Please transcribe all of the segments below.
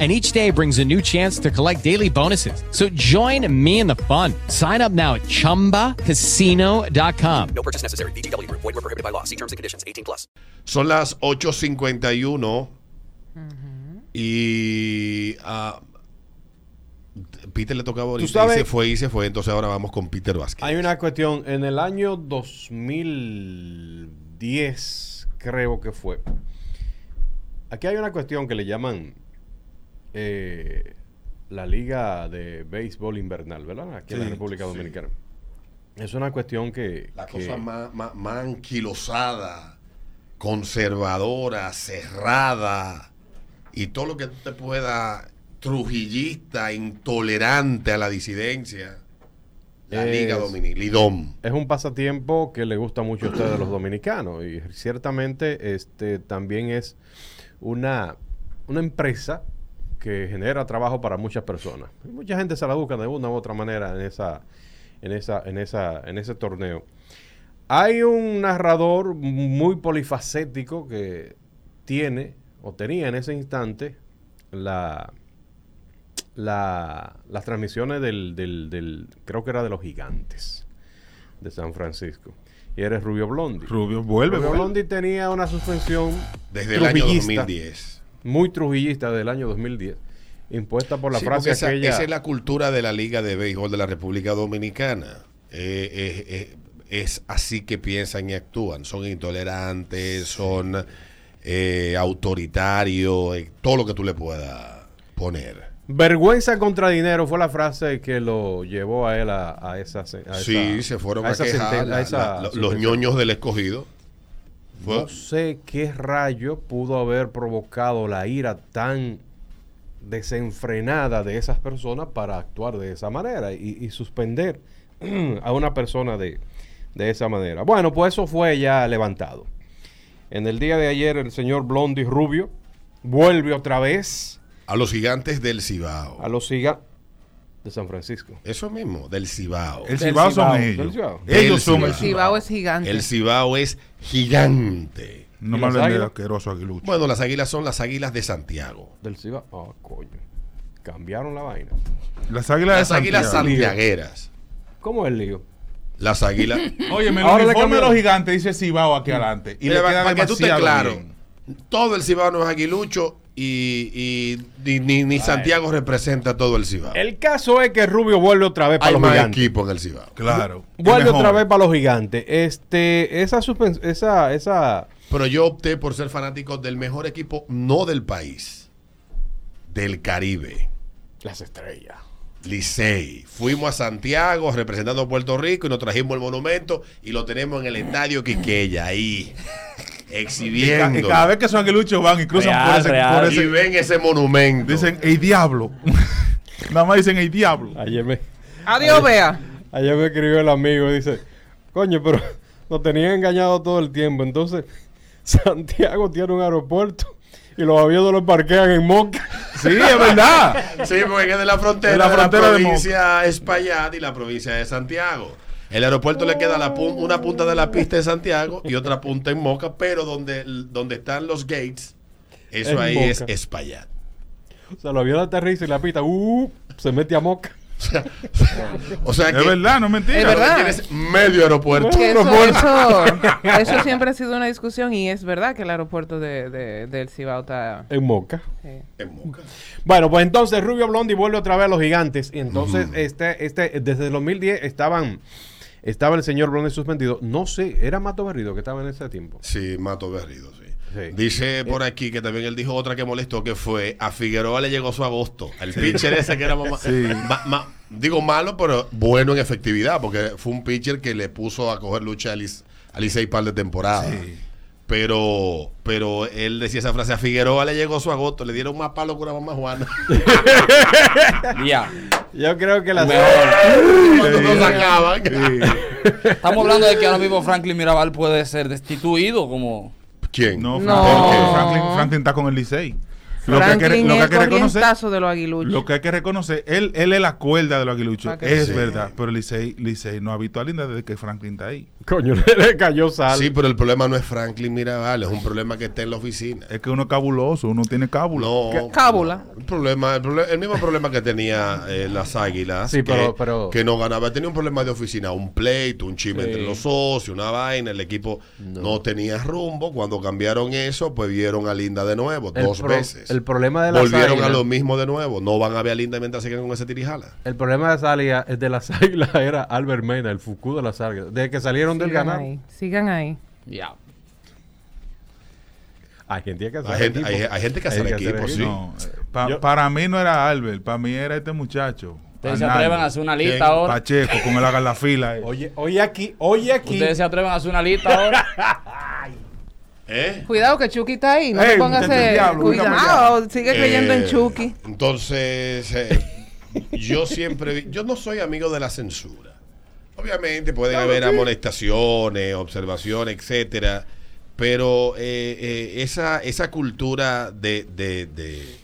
and each day brings a new chance to collect daily bonuses. So join me in the fun. Sign up now at ChumbaCasino.com. No purchase necessary. BGW. Void were prohibited by law. See terms and conditions. 18 plus. Son las 8.51 y ah, Peter le tocaba ahorita Tú sabes- y se fue y se fue. Entonces ahora vamos con Peter Vázquez. Hay una cuestión. En el año 2010, creo que fue. Aquí hay una cuestión que le llaman eh, la Liga de Béisbol Invernal, ¿verdad? Aquí en la Sí, República sí. Dominicana. Es una cuestión que. La que- cosa más, más, más anquilosada, conservadora, cerrada y todo lo que te pueda trujillista, intolerante a la disidencia. La Es- Liga Dominicana, Lidom. Es un pasatiempo que le gusta mucho a ustedes los dominicanos y ciertamente este también es una, una empresa que genera trabajo para muchas personas. Y mucha gente se la busca de una u otra manera en esa en esa en esa en ese torneo. Hay un narrador muy polifacético que tiene o tenía en ese instante la la- las transmisiones del, del- del- creo que era de los gigantes de San Francisco. Y eres Rubio Blondi. Rubio, vuelve. Rubio vuelve. Blondi tenía una suspensión Desde el año trujillista, 2010. Muy trujillista del año 2010, impuesta por la Sí, frase porque esa, aquella. esa es la cultura de la Liga de Béisbol de la República Dominicana. Eh, eh, eh, es así que piensan y actúan. Son intolerantes, son eh, autoritarios, eh, todo lo que tú le puedas poner. Vergüenza contra dinero fue la frase que lo llevó a él a, a esa. se- a sí, esa- se fueron a a, esa quejar senten- a la- esa la- lo- los sentencia. ñoños del escogido. Fue- No sé qué rayo pudo haber provocado la ira tan desenfrenada de esas personas para actuar de esa manera y, y suspender a una persona de, de esa manera. Bueno, pues eso fue ya levantado. En el día de ayer el señor Blondi Rubio vuelve otra vez a los gigantes del Cibao. a los siga de San Francisco. Eso mismo, del Cibao. El Del Cibao Cibao, son del ellos. Cibao. Del Ellos son el Cibao. Cibao. Cibao es gigante. El Cibao es gigante. No ¿Y me las hablen de águilas? asqueroso aguilucho. Bueno, las águilas son las águilas de Santiago. Del Cibao. Ah, coño. Cambiaron la vaina. las águilas Las de águilas Santiago. santiagueras. ¿Cómo es el lío? Las águilas. Oye, me Ahora le lo uniforme de cambiaron. los gigantes dice Cibao aquí adelante. Y le Mira, queda para que tú estés demasiado claro, bien. todo el Cibao no es aguilucho y, y ni, ni- ni Santiago representa todo el Cibao. El caso es que Rubio vuelve otra vez para Hay los más gigantes. equipo en el Cibao. Claro. Vuelve Es otra mejor. vez para los gigantes. Este, esa suspen- esa, esa. Pero yo opté por ser fanático del mejor equipo, no del país, del Caribe. Las estrellas. Licey. Fuimos a Santiago representando a Puerto Rico y nos trajimos el monumento y lo tenemos en el estadio Quiqueya, ahí, Y ca- exhibiendo. y cada vez que son aguiluchos van y cruzan Real, por ese. real. por Y ese- ven ese monumento. dicen, ¡Ey diablo! Nada más dicen, ¡Ey diablo! Ayer me, Adiós, Bea. ayer me escribió el amigo y dice, coño, pero nos tenían engañado todo el tiempo. Entonces, Santiago tiene un aeropuerto y los aviones los parquean en Moca. Sí, es verdad. Sí, porque es de la frontera de De la, la frontera de provincia Espaillat y la provincia de Santiago. El aeropuerto le queda la pun- una punta de la pista de Santiago y otra punta en Moca, pero donde, donde están los gates, eso En ahí Moca. es Espaillat. O sea, los aviones aterrizan y la pita, uh, se mete a Moca. O sea que Es verdad, no es mentira. Es verdad. tienes medio aeropuerto. Que eso, Aeropuerto. eso, Oh, eso siempre ha sido una discusión y es verdad que el aeropuerto de, de- del Cibao está... En Moca. sí. En Moca. Bueno, pues entonces Rubio Blondi vuelve otra vez a los gigantes. Y entonces, este, este, desde el 2010 estaban Estaba el señor Blondel suspendido. No sé, era Mato Berrido que estaba en ese tiempo. Sí, Mato Berrido, sí. Sí. Dice por aquí que también él dijo otra que molestó que fue a Figueroa le llegó su agosto. Al pitcher ese que era más, ma- ma- digo malo, pero bueno en efectividad, porque fue un pitcher que le puso a coger lucha a Liz- a Licey par de temporadas. Pero, pero él decía esa frase, a Figueroa le llegó su agosto, le dieron más palo que una mamá Juana. Ya. Yo creo que la Cuando no sacaban. Estamos hablando de que ahora mismo Franklin Mirabal puede ser destituido como. ¿Quién? No, No. Franklin, porque Franklin, Franklin está con el Licey. Lo que hay que, re- Franklin lo que hay es que reconocer. corrientazo de los aguiluchos. Lo que hay que reconocer, él, él es la cuerda de los aguiluchos. Ah, que Es sí. verdad. Pero Licey, Licey no ha visto a Linda desde que Franklin está ahí. Coño, le cayó sal. Sí, pero el problema no es Franklin Mirabal, es un problema que está en la oficina. Es que uno es cabuloso, uno tiene cábula. No, Cábula. El, problema, el, proble- el mismo problema que tenía eh, las águilas. Sí, que, pero- pero- que no ganaba. Tenía un problema de oficina, un pleito, un chisme entre los socios, una vaina. El equipo no. tenía rumbo. Cuando cambiaron eso, pues vieron a Linda de nuevo, El dos pro- veces. El problema de las Volvieron águilas- a lo mismo de nuevo. No van a ver a Linda mientras sigan con ese tirijala. El problema de, salía, de las águilas era Albert Mena, el Fuku de las águilas. Desde que salieron del Sigan ganar, ahí. Sigan ahí. Ya. hay gente que hacer Hay gente- equipo. hay- hay gente que hacer equipo, sí. No, eh, pa- Yo- Para mí no era Albert, para mí era este muchacho. Ustedes se Arnaldo. atreven a hacer una lista oh. ¿Quién? ahora. Pacheco, con el haga la fila. eh. Oye, oye aquí, oye aquí. Ustedes se atreven a hacer una lista ahora. ¿Eh? Cuidado que Chucky está ahí. No Ey, te pongas a muchacho, hacer- diablo, Cuidado, sigue creyendo en Eh, Chucky. Entonces, eh, yo siempre, vi- yo no soy amigo de la censura. Obviamente pueden haber amonestaciones, observaciones, etcétera, pero eh, eh, esa, esa cultura de, de- de-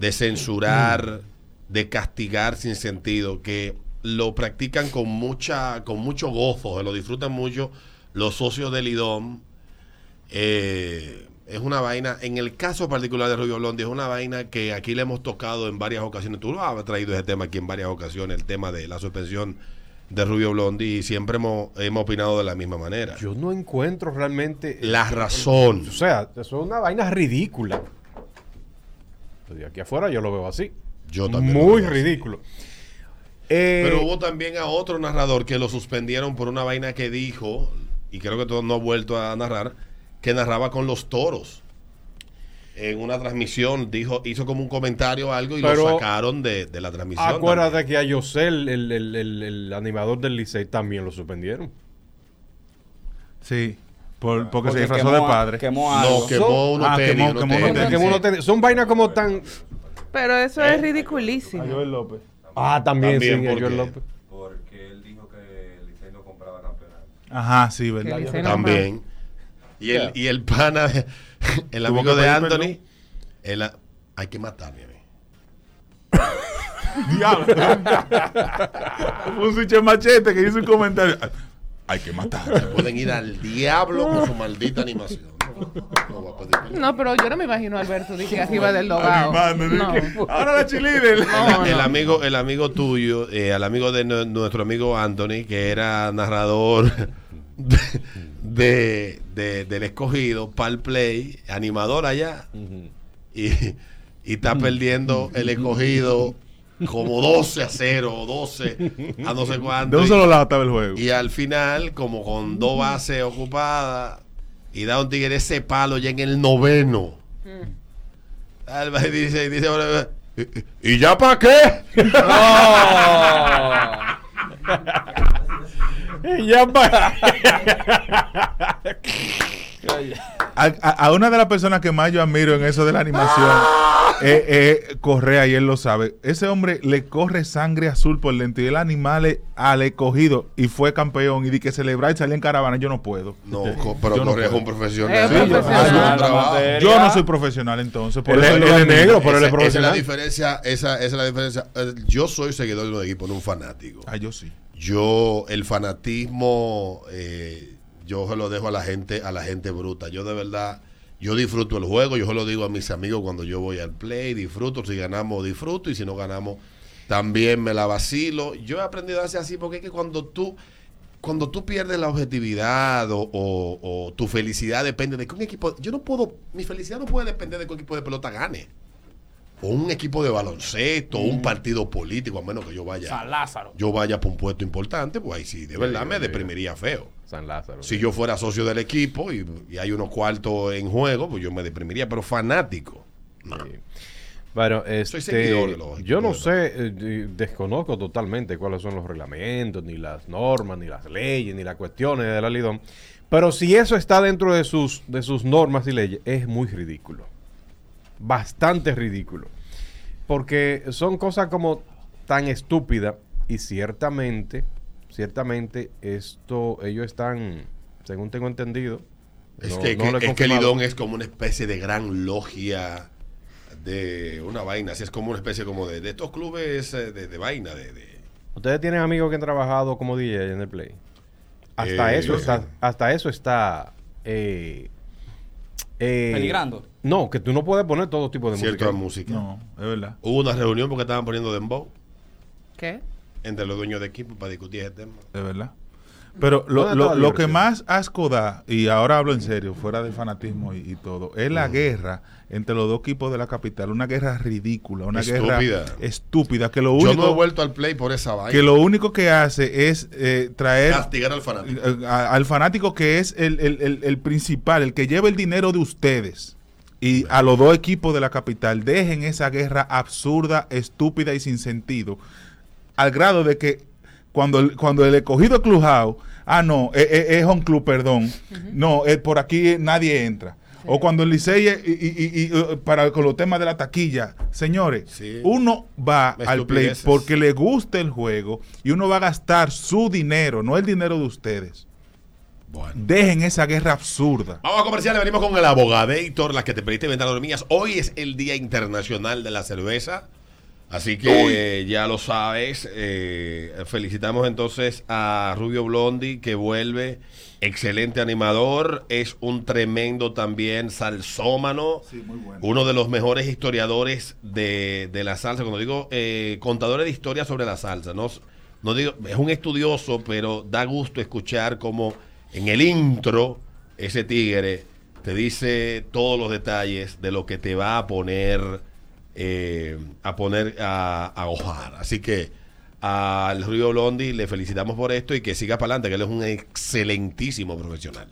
de censurar, de castigar sin sentido, que lo practican con mucha, con mucho gozo, lo disfrutan mucho los socios del IDOM, eh, es una vaina, en el caso particular de Rubio Blondi, es una vaina que aquí le hemos tocado en varias ocasiones. Tú lo has traído ese tema aquí en varias ocasiones, el tema de la suspensión de Rubio Blondi, y siempre hemos, hemos opinado de la misma manera. Yo no encuentro realmente. La O razón. sea, eso es una vaina ridícula. De aquí afuera yo lo veo así. Yo también. lo Muy veo así. ridículo. Eh, Pero hubo también a otro narrador que lo suspendieron por una vaina que dijo, y creo que todo no ha vuelto a narrar, que narraba con los toros. En una transmisión dijo, hizo como un comentario o algo y lo Pero- sacaron de, de la transmisión. también. acuérdate que a José, el, el- el- el- el animador del Licey, también lo suspendieron. Sí, por- porque, se Porque disfrazó quemó de a- padre. Quemó algo. No, quemó unos Ah, tenis. quemó- unos quemó unos tenis. Porque uno tiene- son vainas como tan. Pero eso es ridiculísimo. López. Ah, también, También, sí, ¿por Joel qué? López. Ajá, sí, Que verdad. Licey no También. Y el, y el pana, de- el Tuvo amigo que de pedir Anthony, perdón. el a- hay que matarme a mí. Diablo. Fue un switch machete que hizo un comentario. Hay que matar. Pueden ir al diablo con su maldita animación. No voy a pedir perdón. No, pero yo no me imagino a Alberto dije arriba del dogado. Animando, No. ¿sí? Ahora la chilíder. El, el amigo, el amigo tuyo, eh, al amigo de nu- nuestro amigo Anthony, que era narrador de, de- de- del escogido, pal play, animador allá, y, y está perdiendo el escogido como 12 a 0, o 12 a no sé De cuánto. un y- solo lado estaba el juego. Y al final, como con dos bases ocupadas, y da un tigre ese palo ya en el noveno. Mm. Alba y dice, dice, ahora, "¿Y- ¿y ya para qué? Ya para. A, a- a una de las personas que más yo admiro en eso de la animación es Correa y él lo sabe. Ese hombre le corre sangre azul por dentro y el animal ah, es- al escogido y fue campeón y di que celebrar y salir en caravana. Yo no puedo. No, co- pero Yo no Correa es puedo. un profesional. Es Sí, yo- profesional. es un La trabajo. Yo no soy profesional entonces. Por Él eso es- lo él es admiro. negro, pero él Esa, esa es es la profesional. diferencia, esa, esa es la diferencia. Eh, Yo soy seguidor de un equipo, no un fanático. Ah, yo sí. Yo, el fanatismo, eh, yo se lo dejo a la gente, a la gente bruta. Yo de verdad, yo disfruto el juego, yo se lo digo a mis amigos cuando yo voy al play, disfruto, si ganamos, disfruto, y si no ganamos, también me la vacilo. Yo he aprendido a hacer así porque es que cuando tú, cuando tú pierdes la objetividad o, o- o tu felicidad depende de que un equipo, yo no puedo, mi felicidad no puede depender de qué equipo de pelota gane. o un equipo de baloncesto, o un partido político, a menos que yo vaya. San Lázaro. Yo vaya por un puesto importante, pues ahí sí, de verdad me deprimiría feo. San Lázaro. Si yo fuera socio del equipo y, y hay unos cuartos en juego, pues yo me deprimiría, pero fanático. no. Bueno, este, seguidor de los- yo no sé, eh, de- desconozco totalmente cuáles son los reglamentos, ni las normas, ni las leyes, ni las cuestiones de la Lidón. Pero si eso está dentro de sus, de sus normas y leyes, es muy ridículo. Bastante ridículo. Porque son cosas como tan estúpidas y ciertamente, ciertamente esto, ellos están, según tengo entendido, Es no- que, no que- lo he es que confirmado. Lidón es como una especie de gran logia de una vaina, así es como una especie como de, de estos clubes eh, de, de vaina, de, de- ¿Ustedes tienen amigos que han trabajado como DJ en el Play? Hasta Eh, eso yo está. sí. Hasta eso está. eh, eh, Peligrando. No, que tú no puedes poner todo tipo de cierta música. música. No, es verdad. Hubo una reunión porque estaban poniendo dembow ¿Qué? entre los dueños de equipo para discutir ese tema. Es verdad. Pero lo, ¿Dónde lo- está la lo que diversión? más asco da, y ahora hablo en serio, fuera del fanatismo y, y todo, es la guerra entre los dos equipos de la capital. Una guerra ridícula, una guerra Estúpida. estúpida. Que lo Yo único, no he vuelto al play por esa vaina. que, lo único que hace es eh, traer Castigar al fanático. eh, a- al fanático que es el, el- el- el principal, el que lleva el dinero de ustedes. Y a los dos equipos de la capital, dejen esa guerra absurda, estúpida y sin sentido. Al grado de que cuando el, cuando el escogido Clubhouse, ah, no, eh, eh, es un club, perdón. No, eh, por aquí eh, nadie entra. O cuando el Licey, eh, y, y- y, eh, para, con los temas de la taquilla, señores, Sí. uno va al play Estupideces. porque le gusta el juego y uno va a gastar su dinero, no el dinero de ustedes. Bueno. Dejen esa guerra absurda. Vamos a comerciales, venimos con el abogadator, las que te permite inventar dormillas. Hoy es el Día Internacional de la Cerveza. Así que ya lo sabes. eh, felicitamos entonces a Rubio Blondi que vuelve. Excelente animador. Es un tremendo también salsómano. Uno de los mejores historiadores de, de la salsa. Cuando digo eh, contadores de historias sobre la salsa, no, s- no digo, es un estudioso, pero da gusto escuchar como en el intro ese tigre te dice todos los detalles de lo que te va a poner eh, a poner a, a hojar. Así que al Rubio Blondi le felicitamos por esto y que siga para adelante, que él es un excelentísimo profesional.